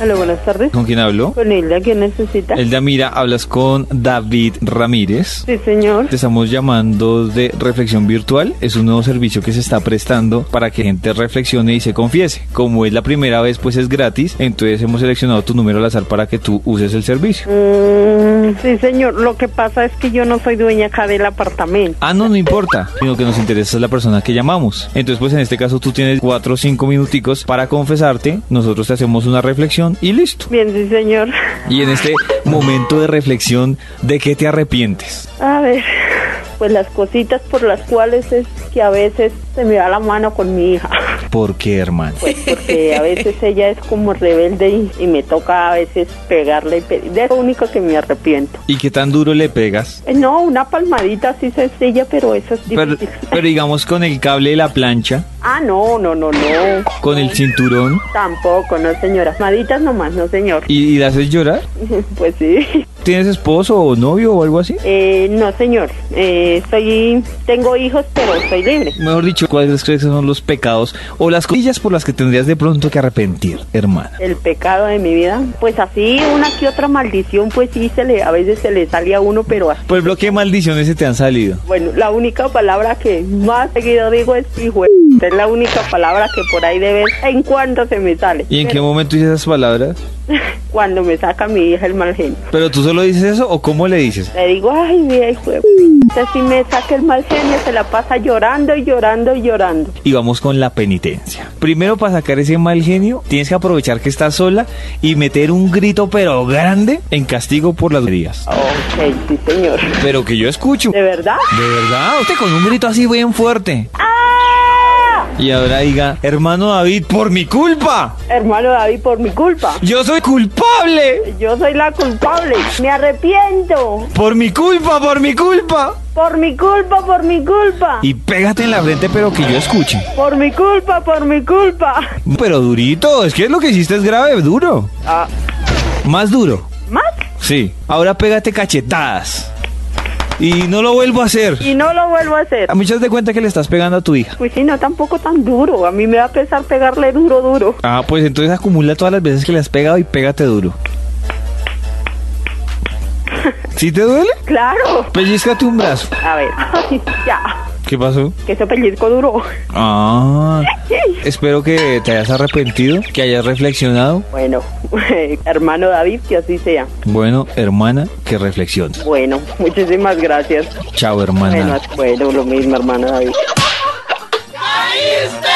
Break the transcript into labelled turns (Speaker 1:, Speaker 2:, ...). Speaker 1: Hola, buenas tardes.
Speaker 2: ¿Con quién hablo?
Speaker 1: Con Hilda, ¿quién necesita?
Speaker 2: Elda Mira, hablas con David Ramírez.
Speaker 1: Sí, señor.
Speaker 2: Te estamos llamando de Reflexión Virtual. Es un nuevo servicio que se está prestando para que gente reflexione y se confiese. Como es la primera vez, pues es gratis. Entonces hemos seleccionado tu número al azar para que tú uses el servicio.
Speaker 1: Mm, sí, señor. Lo que pasa es que yo no soy dueña acá del apartamento.
Speaker 2: Ah, no, no importa. Sino que nos interesa es la persona que llamamos. Entonces, pues en este caso tú tienes cuatro o cinco minuticos para confesarte. Nosotros te hacemos una reflexión y listo.
Speaker 1: Bien, sí, señor.
Speaker 2: Y en este momento de reflexión, ¿de qué te arrepientes?
Speaker 1: A ver, pues las cositas por las cuales es que a veces se me va la mano con mi hija.
Speaker 2: ¿Por qué, hermano?
Speaker 1: Pues porque a veces ella es como rebelde y, y me toca a veces pegarle y pe- De lo único que me arrepiento.
Speaker 2: ¿Y qué tan duro le pegas?
Speaker 1: Eh, No, una palmadita así sencilla, pero eso es
Speaker 2: Pero,
Speaker 1: difícil.
Speaker 2: pero digamos con el cable de la plancha,
Speaker 1: Ah, no, no, no, no.
Speaker 2: con el cinturón
Speaker 1: Tampoco, no, señora. Palmaditas nomás, no, señor.
Speaker 2: y, y la haces llorar.
Speaker 1: Pues sí.
Speaker 2: ¿Tienes esposo o novio o algo así?
Speaker 1: Eh, no, señor. Eh, soy, tengo hijos, pero soy libre.
Speaker 2: Mejor dicho, ¿cuáles crees que son los pecados o las cosillas por las que tendrías de pronto que arrepentir, hermana?
Speaker 1: El pecado de mi vida, pues así una que otra maldición, pues sí se le, a veces se le sale a uno, pero así.
Speaker 2: Pues bloque de maldiciones se te han salido.
Speaker 1: Bueno, la única palabra que más seguido digo es hijo. de- Es la única palabra que por ahí de vez en cuando se me sale.
Speaker 2: ¿Y en qué momento dices esas palabras?
Speaker 1: Cuando me saca mi hija el mal genio.
Speaker 2: ¿Pero tú solo dices eso o cómo le dices?
Speaker 1: Le digo, ay, mira, hijo de p-". Entonces, Si me saca el mal genio, se la pasa llorando y llorando y llorando.
Speaker 2: y vamos con la penitencia. Primero para sacar ese mal genio, tienes que aprovechar que estás sola y meter un grito pero grande en castigo por las heridas.
Speaker 1: Ok, sí, señor.
Speaker 2: Pero que yo escucho.
Speaker 1: ¿De verdad?
Speaker 2: De verdad, usted con un grito así bien fuerte.
Speaker 1: ¡Ah!
Speaker 2: Y ahora diga, hermano David, por mi culpa.
Speaker 1: Hermano David, por mi culpa.
Speaker 2: Yo soy culpable.
Speaker 1: Yo soy la culpable. Me arrepiento.
Speaker 2: Por mi culpa, por mi culpa.
Speaker 1: Por mi culpa, por mi culpa.
Speaker 2: Y pégate en la frente pero que yo escuche.
Speaker 1: Por mi culpa, por mi culpa.
Speaker 2: Pero durito, es que lo que hiciste es grave, duro.
Speaker 1: Ah,
Speaker 2: Más duro.
Speaker 1: ¿Más?
Speaker 2: Sí. Ahora pégate cachetadas. Y no lo vuelvo a hacer.
Speaker 1: Y no lo vuelvo a hacer.
Speaker 2: A muchas de cuenta que le estás pegando a tu hija.
Speaker 1: Pues sí, no tampoco tan duro. A mí me va a pesar pegarle duro, duro.
Speaker 2: Ah, pues entonces acumula todas las veces que le has pegado y pégate duro. ¿Sí te duele?
Speaker 1: Claro.
Speaker 2: Pellizcate un brazo.
Speaker 1: A ver. ya.
Speaker 2: ¿Qué pasó?
Speaker 1: Que ese pellizco duro.
Speaker 2: Ah. Espero que te hayas arrepentido, que hayas reflexionado.
Speaker 1: Bueno, hermano David, que así sea.
Speaker 2: Bueno, hermana, que reflexiones.
Speaker 1: Bueno, muchísimas gracias.
Speaker 2: Chao, hermana.
Speaker 1: Bueno, bueno, lo mismo, hermano David.
Speaker 3: ¡Caíste!